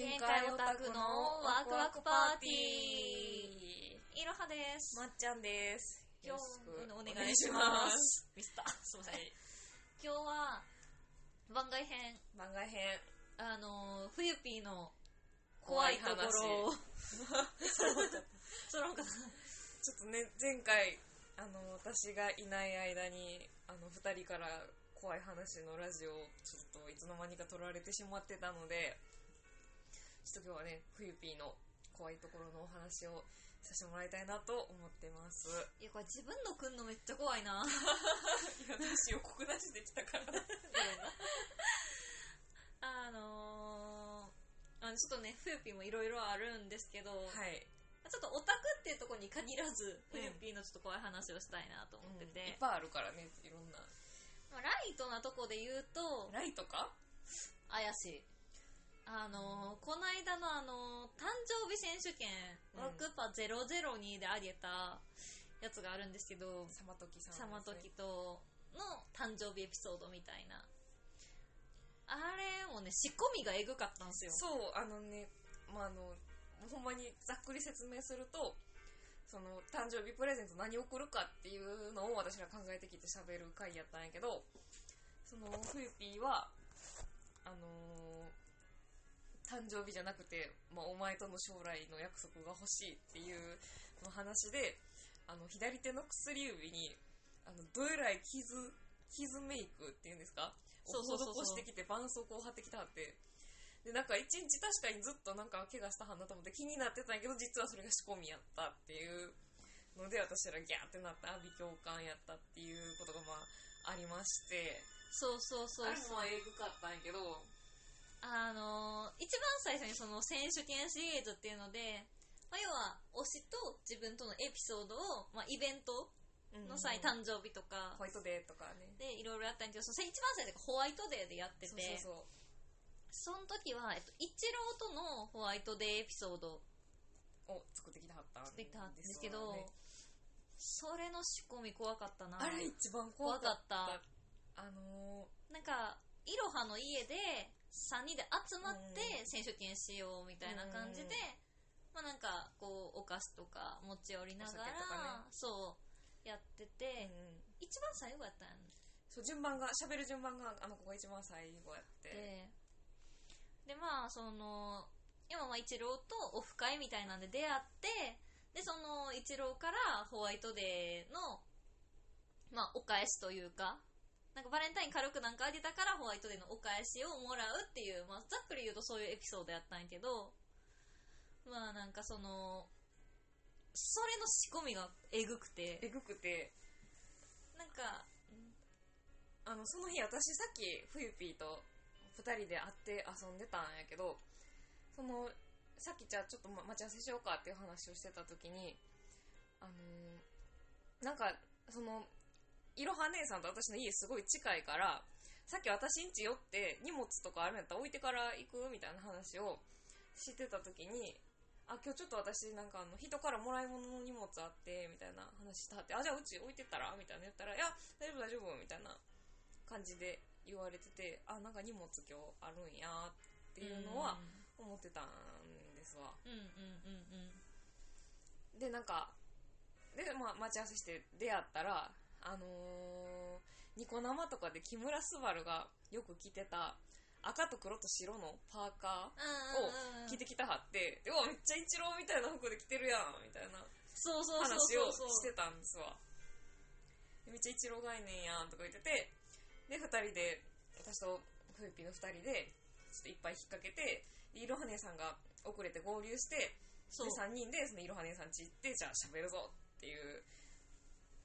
タクのワクワクパーティーいろはです、まっちゃんです。よろしくお願いおし願まいしす。ミスターす。はい。今日は番外編番外編。あのー冬ピーの怖いところをそのちょかっとね、前回、あの、私がいない間に、あの、二人から怖い話のラジオを、ちょっといつの間にか撮られてしまってたので、ちょっと今日はね、冬ピーの怖いところのお話をさせてもらいたいなと思ってます。いやこれ自分のくんのめっちゃ怖いな 私、予告なしできたから。あのーあのちょっとね冬ピーもいろいろあるんですけど、はい。ちょっとオタクっていうところに限らず冬ピーのちょっと怖い話をしたいなと思ってて、いっぱいあるからね、いろんな。まあライトなとこで言うとライトか怪しいあのーこの間のあのー誕生日選手権うんワクパ002であげたやつがあるんですけど、さまときさんですさね、まときとの誕生日エピソードみたいなあれもね仕込みがえぐかったんですよそう、あのね、まあ、あの、もうほんまにざっくり説明すると、その、誕生日プレゼント何送るかっていうのを私ら考えてきて喋る回やったんやけど、その、フユピーは、あのー誕生日じゃなくて、まあ、お前との将来の約束が欲しいっていうの話で、あの、左手の薬指に、あの、どえらい傷、傷メイクっていうんですかそうそうそうそをう施してきて、絆創膏を貼ってきたって。で、なんか一日確かにずっとなんか怪我したはんなと思って気になってたんやけど、実はそれが仕込みやったっていうので、私らギャーってなって、阿鼻共感やったっていうことがまあ、ありまして。そうそうそあうれそうもえぐかったんやけど、あのー一番最初にその選手権シリーズっていうので、まあ、要は推しと自分とのエピソードを、まあ、イベントのう際、ん誕生日とかホワイトデーとかね。でいろいろやったんやけどその一番最初がホワイトデーでやっててそうそうそう。その時は、えっと、イチローとのホワイトデーエピソードを作ってきたはったん作ってきたんですけわねど、それの仕込み怖かったなあれ一番怖怖かっかったたあのなんかいろはの家で3人で集まうってん選手権しようみたいな感じで、まあ、なんかこうお菓子とか持ち寄りながらお酒とかねそうやってー、うて、ん一番最後やったんそう順番が喋る順番があの子が一番最後やってででまあその今まあ一郎とオフ会みたいなんで出会ってでその一郎からホワイトデーの、まあ、お返しというかなんかバレンタイン軽くなんかあげたからホワイトデーのお返しをもらうっていう、まあ、ざっくり言うとそういうエピソードやったんやけどまあなんかそのそれの仕込みがえぐくえてぐくてなんかあのその日私さっきふゆぴーと2人で会って遊んでたんやけどそのさっきじゃあちょっとま待ち合わせしようかっていう話をしてた時にあのーなんかそのいろは姉さんと私の家すごい近いからさっき私んち寄って荷物とかあるんやったら置いてから行くみたいな話をしてた時にあ今日ちょっと私なんかあの人からもらい物の荷物あってみたいな話したってあじゃあうち置いてったらみたいな言ったらいや大丈夫大丈夫みたいな感じで言われててあなんか荷物今日あるんやっていうのは思ってたんですわうんうんうんうんうんでなんかで、まあ、待ち合わせして出会ったらあのーニコ生とかで木村昴がよく着てた赤と黒と白のパーカうんうんうーん着てきたはって、でうわめっちゃイチローみたいな服で着てるやんみたいなそうそうそう話をそうそうしてたんですわでめっちゃイチロー概念やんとか言っててで2人で私とフーピーの2人でちょっといっぱい引っ掛けてでいろは姉さんが遅れて合流してそうで3人でそのいろは姉さんち行ってじゃあ喋るぞっていう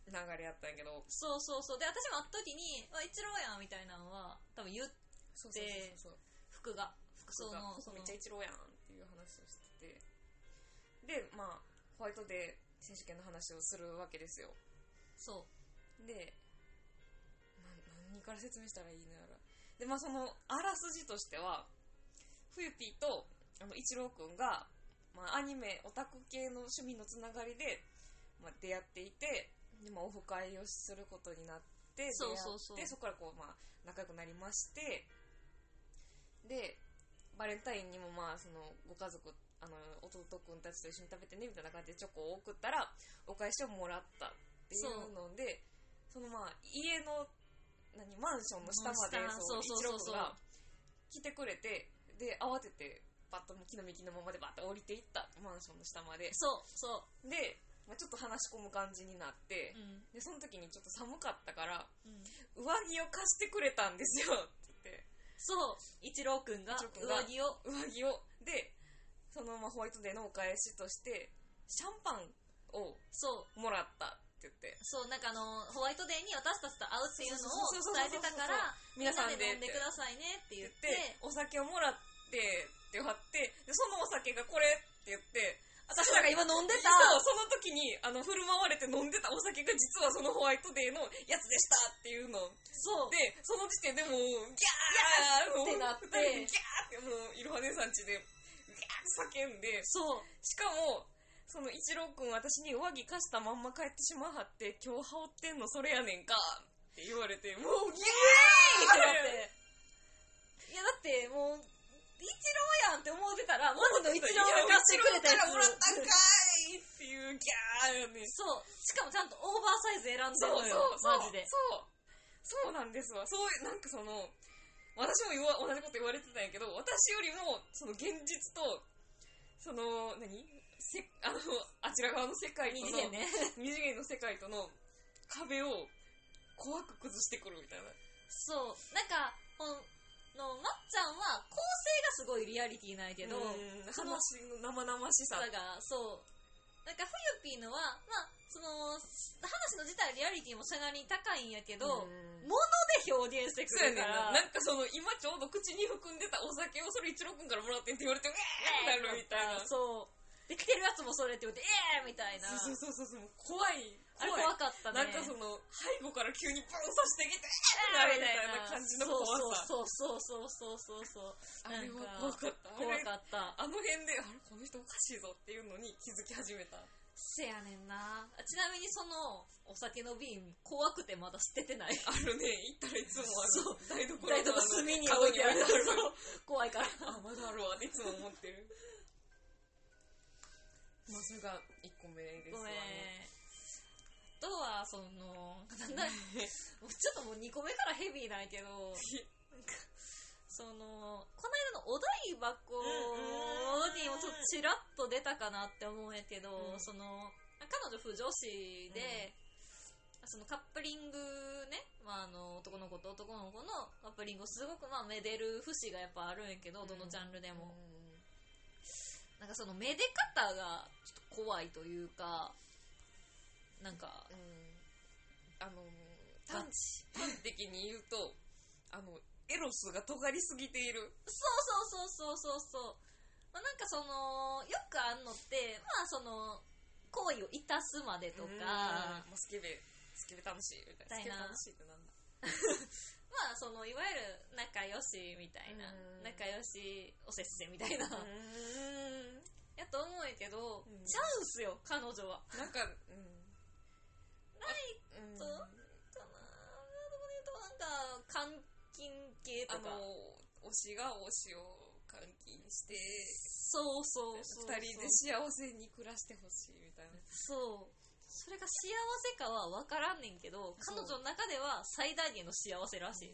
流れやったんやけどそうそうそうで私も会った時に「あ一郎やん」みたいなのは多分言うそうそうそうそう服が服装がのここそめのっちゃイチローやんっていう話をしててでまあホワイトデー選手権の話をするわけですよそでな何から説明したらいいのやらでまあそのあらすじとしてはふゆぴーとあの一郎くんが、まあ、アニメオタク系の趣味のつながりで、まあ、出会っていてで、まあ、オフ会をすることになってそうそうそう出会ってそこからこう、まあ、仲良くなりましてでババレンタインにもまあそのご家族あの弟くんたちと一緒に食べてねみたいな感じでチョコを送ったらお返しをもらったっていうのでそのまあ家の何マンションの下までもそう下う一そう郎そうそうそう君が来てくれてで慌ててバッと木の幹のままでバッと降りていったマンションの下までそう、そで、まあ、ちょっと話し込む感じになってう。う、ん。でその時にちょっと寒かったからうん、上着を貸してくれたんですよって言って。そう、一郎くんが一郎くんが上上着を、着をでそのままホワイトデーのお返しとしてシャンパンをそう、もらったって言ってそう、なんかあの、ホワイトデーに私たちと会うっていうのをそうそうそうそう伝えてたから、皆さんでみな飲んってでくださいねって言っ言ってて、お酒をもらってって貼ってでそのお酒がこれって言って私らが今飲んでそうその時にあの振る舞われて飲んでたお酒が実はそのホワイトデーのやつでしたっていうのそう、でその時点でもうギャーギャーってなって二人でギャーってもういろは姉さんちでギャーって叫んでそう、しかも、その一郎くん私に上着貸したまんま帰ってしまはって、今日羽織ってんのそれやねんかって言われて、もうギいやだャーって。ってもう、一郎やんって思ってたら、マジの一郎いやが貸してくれたや一郎からつもらったんかいっていうギャーやねん。そう、しかもちゃんとオーバーサイズ選んでるそうそうそう。そう。のよ、マジで。そうなんですわ。そういう、なんかその、私も言わ同じこと言われてたんやけど、私よりも、その現実と、その、何せあの、あちら側の世界と二の、次元ね。二次元の世界との壁を怖く崩してくるみたいな。そう、なんか、この、まっちゃんは構成がすごいリアリティなんやけけど、ど、その話の生々しさ。だが、そう。なんか、ふゆぴーのは、まあ、その、話の自体はリアリティもさらに高いんやけうど、ん物で表現してくそうやねんるかな。なら、んかその、今ちょうど口に含んでたお酒をそれ一郎くんからもらってんって言われて、うえーってなるみたいな。そうそう。で、来てるやつもそれって言って、えーみたいな。そうそうそうそう。怖い。あれ怖い。怖かったなんね。かその、背後から急にポン刺してきて、えーってなるみたいな感じの怖さ。そうそうそうそうそうそうそう。あれは怖なんかかった。あ怖れかった。あの辺で、あれこの人おかしいぞっていうのに気づき始めた。せやねんな。ちなみにその、お酒の瓶、怖くてまだ捨ててない。あるね、行ったらいつもあの、台所台所のあの隅に置いてある籠に。怖いから。あ、まだあるわっていつも思ってる。まあ、それが1個目ですごわめんね。。あとは、その、なんだ、もうちょっともう2個目からヘビーなんやけど、その、この間のお台箱にもちょっとちらっと出たかなって思うんやけど、うんその、彼女不女子で、そのカップリングね、まあ、あの男の子と男の子のカップリングをすごくまあめでる節がやっぱあるんやけど、どのジャンルでも、なんかそのめで方がちょっと怖いというか、なんかう、ん、あの、ガ端チ。端的に言うと、あの、エロスが尖りすぎている。そうそうそうそうそうそう。まあ、なんかその、よくあんのって、まあその、行為をいたすまでとうんか、もうスケベ、スケベ楽しいみたいな。スケみたベいな楽しいってなんだまあその、いわゆる仲良しみたいなうん、仲良しおせっせみたいな、うんやと思うんやけど、うんちゃうんすよ、彼女は。なんか、うん。ないとかなぁ、どこで言うとなんか、監禁系あとか。の、推しが推しを監禁して、そうそうそうそう。二人で幸せに暮らしてほしいみたいな。そう。それが幸せかは分からんねんけど、そう彼女の中では最大限の幸せらしい。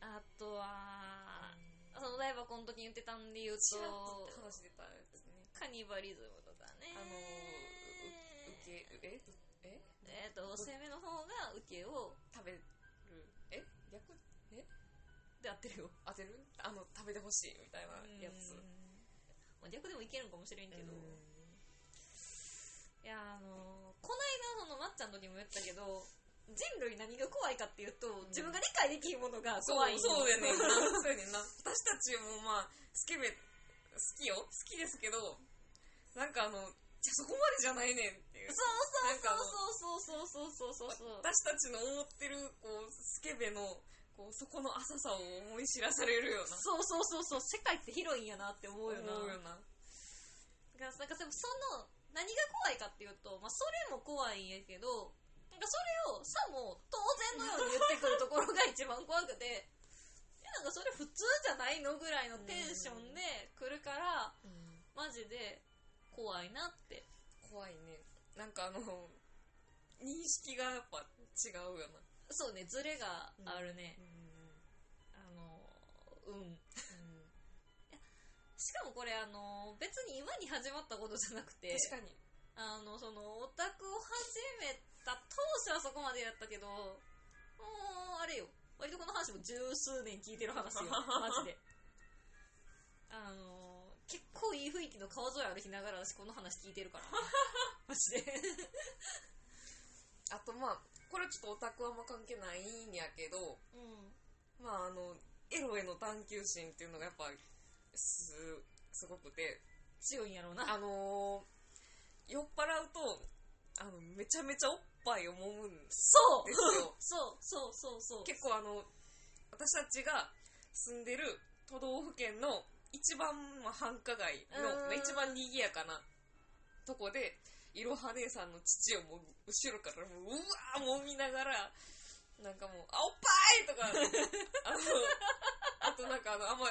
あとは、そのお台箱の時に言ってたんで言うちらっとと、話出たやつね。カニバリズムとかね。あの、う受け、えええっ、と、攻めの方が受けを、食べるえ逆えで合ってるよ。当てるあの、食べてほしいみたいなやつうん。まあ、逆でもいけるんかもしれんけど。ういや、あのこの間、その、まっちゃんの時も言ったけど、人類何が怖いかっていうと、ん自分が理解できんものがんそう怖い、そうやねんな。そうやねんな。私たちもまあ、スケベ、好きよ好きですけど、なんかあの、じゃあそこまでじゃないねんっていう。そうなんかあのそうそうそうそうそうそうそう。私たちの思ってる、こう、スケベの、こう、そこの浅さを思い知らされるような。そうそうそうそう、世界って広いんやなって思うよな。思うだよかな。らなんかでもその、何が怖いかっていうと、まあそれも怖いんやけど、なんかそれをさも当然のように言ってくるところが一番怖くて、いやなんかそれ普通じゃないのぐらいのテンションで来るから、マジで怖いなって。怖いね。なんかあの、認識がやっぱ違うよな。そうね、ズレがあるねう。んあの、うん。うんしかもこれあの、別に今に始まったことじゃなくて、確かに。あの、その、オタクを始めた当初はそこまでやったけど、もう、あれよ。割とこの話も十数年聞いてる話よ。 マジで。あの、結構いい雰囲気の川沿い歩きながら私この話聞いてる から。マジで。あとまあ、これちょっとオタクはあんま関係ないんやけど、うん。まああの、エロへの探求心っていうのがやっぱ、す、すごくて、強いんやろうな。あのー酔っ払うと、あの、めちゃめちゃおっぱいを揉むんですそう。よそうそうそうそう。結構あの、私たちが住んでる都道府県の一番、まあ、繁華街の、うまあ、ん一番賑やかなとこで、いろは姉さんの父をもう、後ろからもう、うわー揉みながら、なんかもう、あ、おっぱいと か、あの、あとなんかあの、あんま、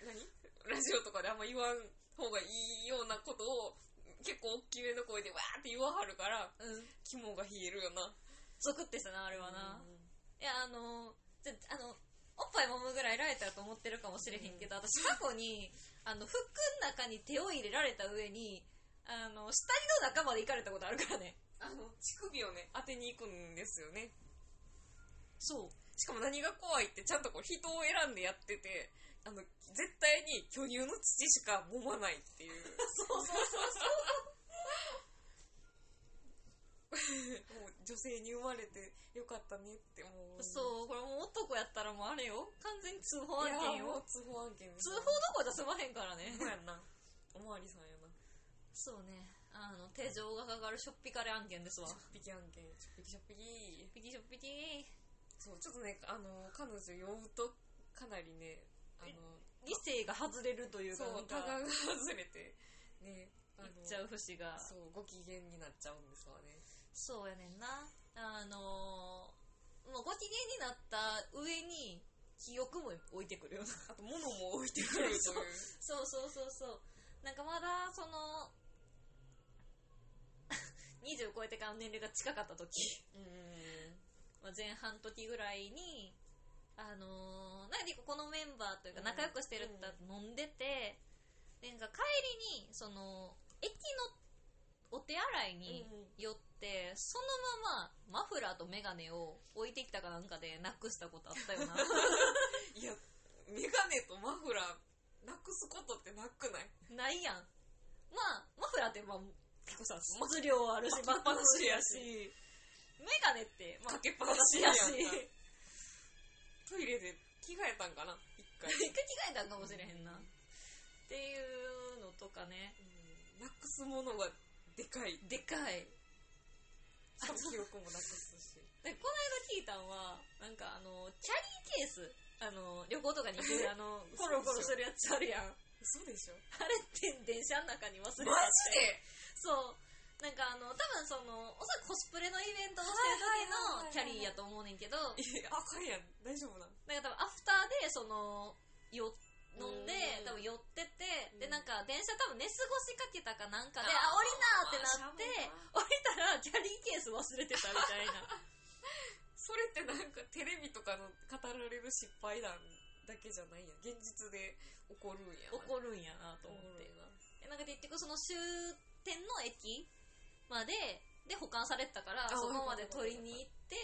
何ラジオとかであんま言わん方がいいようなことを、結構大きめの声でわーって言わはるから、うん。肝が冷えるよな。ゾクってしたな、あれはな。うんいや、あの、じゃ、あの、おっぱい揉むぐらいられたらと思ってるかもしれへんけど、私過去に、あの、服の中に手を入れられた上に、あの、下着の中まで行かれたことあるからね。あの、乳首をね、当てに行くんですよね。そう。しかも何が怖いって、ちゃんとこう人を選んでやってて、あの、絶対に巨乳の土しか揉まないっていう。 そうそうそうそう。もう女性に生まれてよかったねって、もう。そう、これもう男やったらもうあれよ。完全に通報いや案件もうよ。通報案件です通報どころじゃ済まへんからね。そうやんな。おまわりさんやな。そうね。あの、手錠がかかるしょっぴかれ案件ですわちょ。っぴき案件、ちょっぴきちょっぴき。ピキそショッピキ。う、ちょっとね、あの、彼女呼ぶと、かなりね、あの、理性が外れるというか、そなう、んタガか、が外れて、ね、あいのっちゃう節が。そう、ご機嫌になっちゃうんですわね。そうやねんな。あのー、もうご機嫌になった上に、記憶も置いてくるよな。あと、物も置いてくるという。そう そうそうそうそう。なんかまだ、その、20超えてからの年齢が近かった時、うまあ、前半時ぐらいに、あのー、なんか結構このメンバーというか仲良くしてるって飲んでて、なんか帰りに、その、駅のお手洗いに、ん。寄ってそのままマフラーとメガネを置いてきたかなんかでなくしたことあったよな いや、メガネとマフラー、なくすことってなくないないやんまあマフラーってまあ結構さ物量あるしバ巻ッきっぱパななししややししメガネってまあかけっぱバなッししややんし一か。トイレで着替えたんかな一回。回着替えたんかもしれへんなっていうのとかねうんなくすものがでかい。でかいしかも記憶もなくすし。でこの間聞いたんはなんかあのキャリーケースあの旅行とかに行くあ のコロコロするやつあるやん嘘でしょあれって電車の中に忘れててマジでそう。なんかあの、多分その、おそらくコスプレのイベントをしてはいはいはいはいはいる時のキャリーやと思うねんけど、え、あかんやん。大丈夫なん。なんか多分アフターで、その、よ、飲んでうん、多分寄ってて、うで、んなんか電車多分寝過ごしかけたかなんかで、あーあ、降りなーってなってしゃあない、降りたらキャリーケース忘れてたみた いな。それってなんかテレビとかの語られる失敗談だけじゃないやん。現実で起こるんやな。怒るんやなとと思思っってて。な。でなんか結局その終点の駅まで、で保管されてたから、あそこまで取りに行って、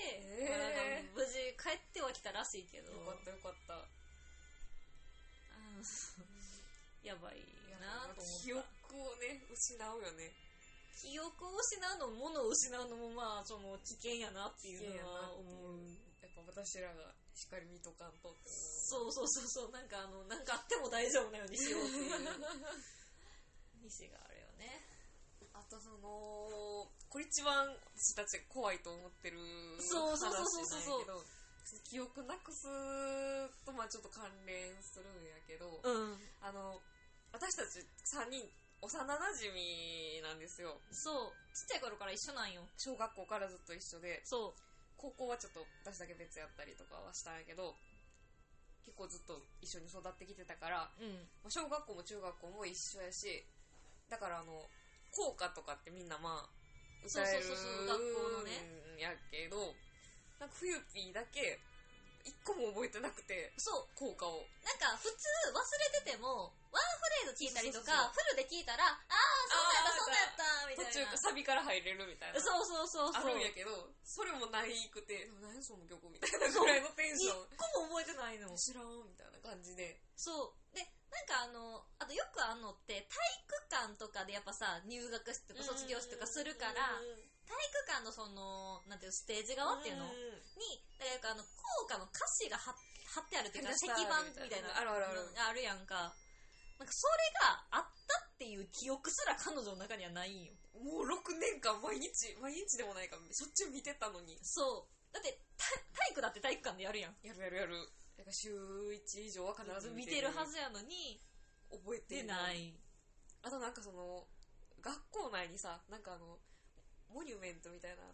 よかったよかったまあなんか無事帰ってはきたらしいけど。よかったよかった。あのそうやばいいやなと記憶思ったをね、失うよね。記憶を失うのも物を失うのもまあその危険やなっていうのは思うやっぱ私らがしっかり見とかんとって思う。そうそうそうそうなんかあのなんかあっても大丈夫なようにしようって いう西があるよねあとその、これ一番私たちが怖いと思ってるそうそうそうそう話なんやけど記憶なくすとまあちょっと関連するんやけど、うんあの、私たち3人、幼馴染なんですよ。そうちっちゃい頃から一緒なんよ小学校からずっと一緒で、そ高校はちょっと私だけ別やったりとかはしたんやけど、結構ずっと一緒に育ってきてたから、うんまあ小学校も中学校も一緒やし、だからあの、校歌とかってみんなまあ、歌えるそうそうそうそう学校のねんやけど、なんか冬ピーだけ、一個も覚えてなくて、そう校歌を。なんか普通忘れててもワンフレーズ聞いたりとかそうフルで聞いたらああそんなんやったそんなんやったみ途中サたいなビから入れるみたいな。そうそうそうあそるうんやけど、それもないくて、何その曲みたいなぐらいのテンション。個も覚えてないの知らんみたいな感じで。そうでなんかあのあとよくあんのって体育館とかでやっぱさ入学式とか卒業式とかするから体育館のそのなんていうのステージ側っていうんのにだからよくあの効果の歌詞が貼っ貼ってあるっていうか貼石り出し板てあるみたいあるあるあるなうんあるやんかなんかそれがあったっていう記憶すら彼女の中にはないんよもう6年間毎日、毎日でもないか、しょっちゅう見てたのに。そうだってた体育だって体育館でやるやんやるやるやる。だから週1以上は必ず見見ててるる。はずやのに覚えて出なない。いあとなんかその、学校内にさ、なんかあの、モニュメントみたいな、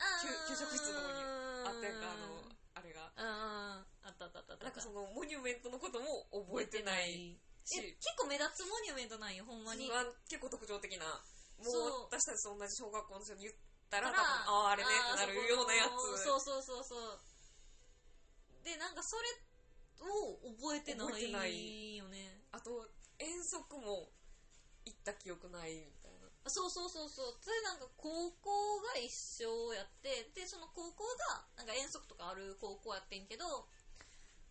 給給食室のとこにあったやんか、あの、あれが。ああったあったあったあったなんかその、モニュメントのことも覚えてないしえ、結構目立つモニュメントなんよほんまには結構特徴的な、そうもう私たちと同じ小学校の人に言ったら、か多ら分ああ、あれねあーってなるようなやつ。そこのそうそうそうそうでなんかそれを覚えてない覚えてないよねあと、遠足も行った記憶ないみたいな。あそうそうそうそうそれなんか高校が一緒やってでその高校がなんか遠足とかある高校やってんけど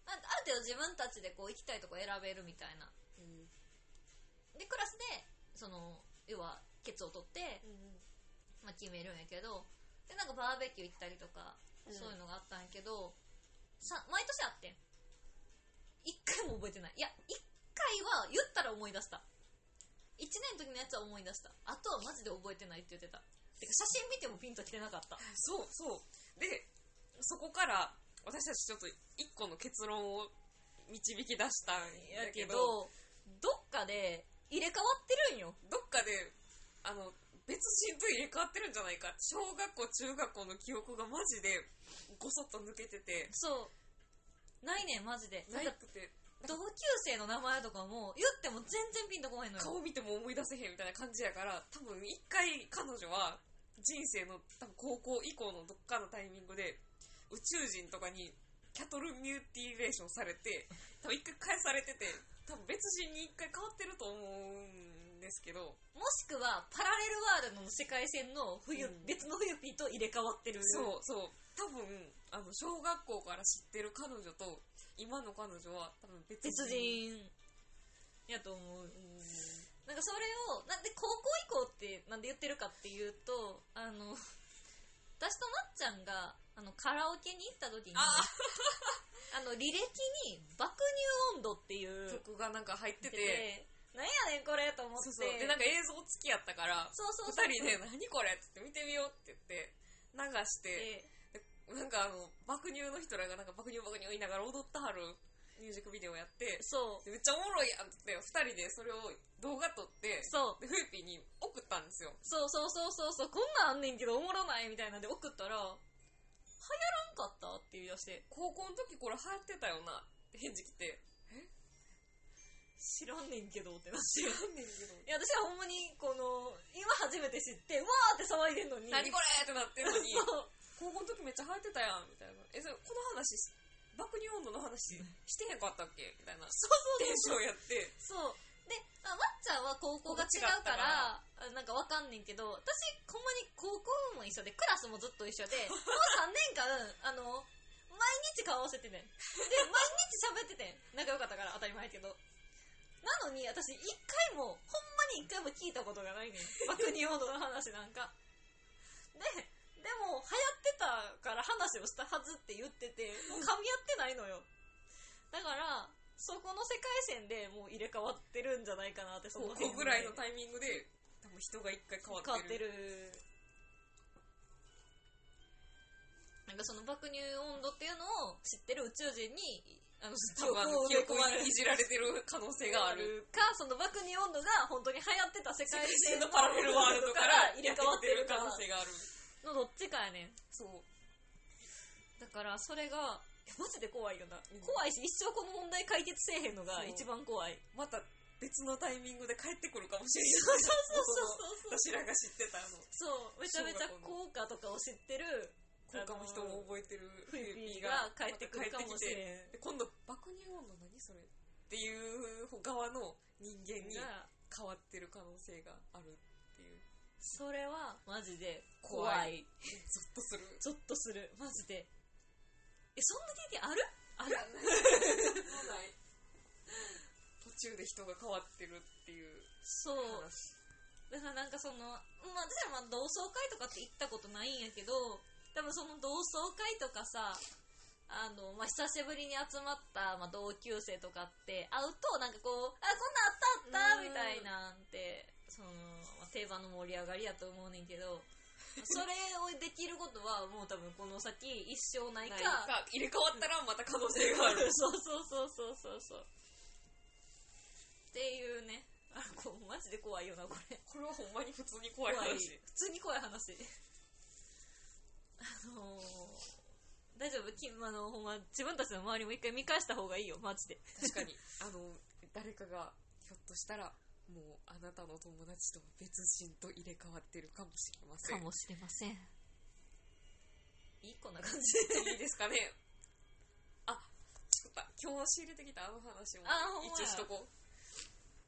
なんかある程度自分たちでこう行きたいとこ選べるみたいなでクラスでその要はケツを取って、まあ、決めるんやけどでなんかバーベキュー行ったりとかうんそういうのがあったんやけど、さ毎年あってん一回も覚えてないいや一回は言ったら思い出した1年の時のやつは思い出したあとはマジで覚えてないって言ってたてか写真見てもピンときてなかったそうそう。で、そこから私たちちょっと一個の結論を導き出したんややけけど、どどっかで入れ替わってるんよどっかで、あの、別人と入れ替わってるんじゃないか。小学校、中学校の記憶がマジでごそっと抜けてて、そうないねんマジでないなんかくて、同級生の名前とかも言っても全然ピンとこないのよ顔見ても思い出せへんみたいな感じやから、多分一回彼女は人生の多分高校以降のどっかのタイミングで宇宙人とかにキャトルミューティレーションされて、多分一回返されてて、多分別人に一回変わってると思うんですけど、もしくは、パラレルワールドの世界線の冬、うん別の冬ピーと入れ替わってる。そうそう、多分あの小学校から知ってる彼女と今の彼女は多分別人。別人やと思う。うんなんかそれを、なんで高校以降ってなんで言ってるかっていうと、あの、私とまっちゃんが、あの、カラオケに行った時に、あ あの、履歴に爆乳温度っていう、曲がなんか入ってて、なんやねんこれと思って。そうそう。で、なんか映像付きやったから、そうそうそう。二人で「何これ?」っつって見てみようって言って流してでなんかあの爆乳の人らがなんか爆乳爆乳言いながら踊ったはるミュージックビデオやってそう。でめっちゃおもろいやんって言って二人でそれを動画撮ってそう。でフーピーに送ったんですよそうそうそうそうそう、こんなんあんねんけどおもろないみたいなんで送ったら、流行らんかったって言い出して、高校の時これ流行ってたよなって返事来て知らんねんけどってなって。知らんねんけどいや、私はほんまに、この、今初めて知って、わーって騒いでんのに。何これってなってるのにそう高校の時めっちゃ流行ってたやんみたいなえそれこの話爆乳温度の話してへんかったっけみたいなテンションやってそう。で、あわっちゃんは高校が違うから、あなんかわかんねんけど、私、ほんまに高校も一緒で、クラスもずっと一緒で、もう3年間、あの、毎日顔合わせててん。で、毎日喋っててん。仲良かったから当たり前やけど。なのに、私、一回も、ほんまに一回も聞いたことがないねん。爆乳温度の話なんか。で、でも、流行ってたから話をしたはずって言ってて、もう噛み合ってないのよ。だから、そこの世界線でもう入れ替わってるんじゃないかなって、そ高の校ぐらいのイタイミングで多分人が一回変わ変わっっててるる。なんかその爆乳温度っていうのを知ってる宇宙人に、あの、多分あの記記憶憶を埋め込まれにいじられてる可能性があるか、その爆乳温度が本当に流行ってた世界線のパラレルワールドから入れ替わってる可か能性があるのどっちかやねん。そうだからそれがやマジで怖いよな今怖いし、一生この問題解決せえへんのがそう一番怖い。また別のタイミングで帰ってくるかもしれないそうそうそうそう。私らが知ってたあのそう、めちゃめちゃ効果とかを知ってる、効果も人も覚えてるフィリピンが帰ってくるかもしれんん。で今度爆乳温度何それっていう側の人間にが変わってる可能性があるっていうそれはマジで怖怖いいゾッとするゾッとするマジでえそんな経験あるある途中で人が変わってるっていうそう話だからなんかその、まあ、私はまあ同窓会とかって行ったことないんやけど多分その同窓会とかさあの、まあ、久しぶりに集まった、まあ、同級生とかって会うとなんかこうあこんなんあうんったあったみたいなんてその、まあ、定番の盛り上がりやと思うねんけどそれをできることはもう多分この先一生ないなかんか入れ替わったらまた可能性がある そうそうそうそうそうそうっていうねあこうマジで怖いよなこれ これはほんまに普通に怖い怖い話普通に怖い話あのー、大丈夫きあのほんま自分たちの周りも一回見返した方がいいよマジで 確かにあの誰かがひょっとしたらもうあなたの友達とは別人と入れ替わってるかもしれませんもしれませんいいこんな感じいいですかね あ作った今日仕入れてきたあの話もあほんま一や応しとこ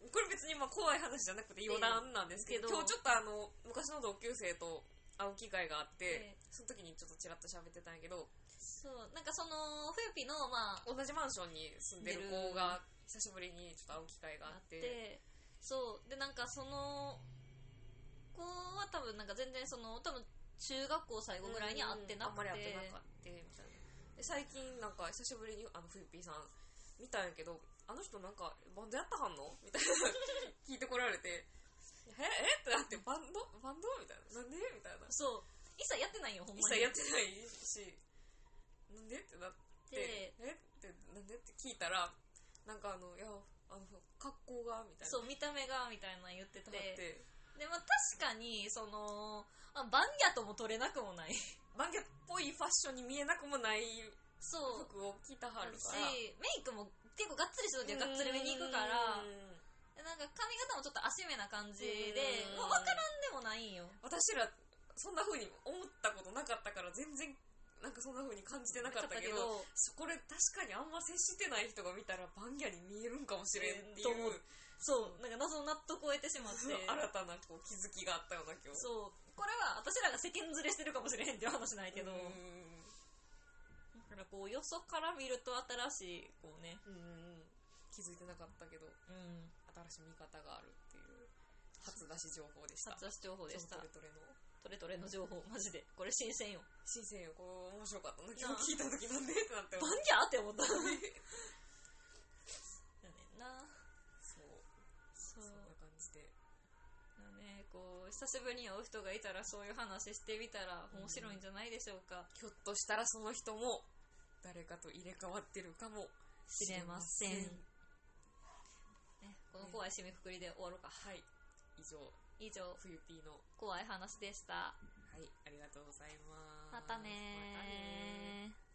うこれ別にまあ怖い話じゃなくて余談なんですけど,、ええ今日ちょっとあの昔の同級生と会う機会があって、ええその時にちょっとちらっと喋ってたんやけどそうなんかそのふゆぴのまあ同じマンションに住んでる子が久しぶりにちょっと会う機会があっあっててそうでなんかその子は多分なんか全然その多分中学校最後ぐらいに会ってなうくんあんまりて会ってなかったみたいなで最近なんか久しぶりにあのフィリピーさん見たんやけどあの人なんかバンドやったはんのみたいな聞いてこられてええってなってバンドバンドみたいななんでみたいなそう一切やってないよほん一ま切にやってないしなんでってなってでえってなんでって聞いたらなんかあのいやあの格好がみたいなそう見た目がみたいなの言っててなってでまあ確かにそのあバンギャとも取れなくもないバンギャっぽいファッションに見えなくもないそう服を着たはあるるしからメイクも結構がっつりした時はがっつりめに行くからうんでなんか髪型もちょっと足めな感じでうんまあ、分からんでもないんよ私らそんな風に思ったことなかったから全然なんかそんな風に感じてなかったけどそこで確かにあんま接してない人が見たらバンギャに見えるんかもしれんっていうと思うそうなんか謎の納得を得てしまっそ ての新たなこう気づきがあったような今日そうこれは私らが世間ずれしてるかもしれへんっていう話ないけどうだからこうよそから見ると新しいこうねんうん気づいてなかったけどうん新しい見方があるっていう初出し情報でした殺足情報でしたそのトレトレのトレトレの情報マジでこれ新鮮よ新鮮よこう面白かったな今日聞いた時なんでってなってバンギャーって思ったそうだねんなそそうんな感じでだねこう久しぶりに会う人がいたらそういう話してみたら面白いんじゃないでしょうか、ひょっとしたらその人も誰かと入れ替わってるかも知れませんね、この怖い締めくくりで終わろうかはい。以上、以上冬 P の、は怖い話でしたい、ありがとうございます。ままたねたねーー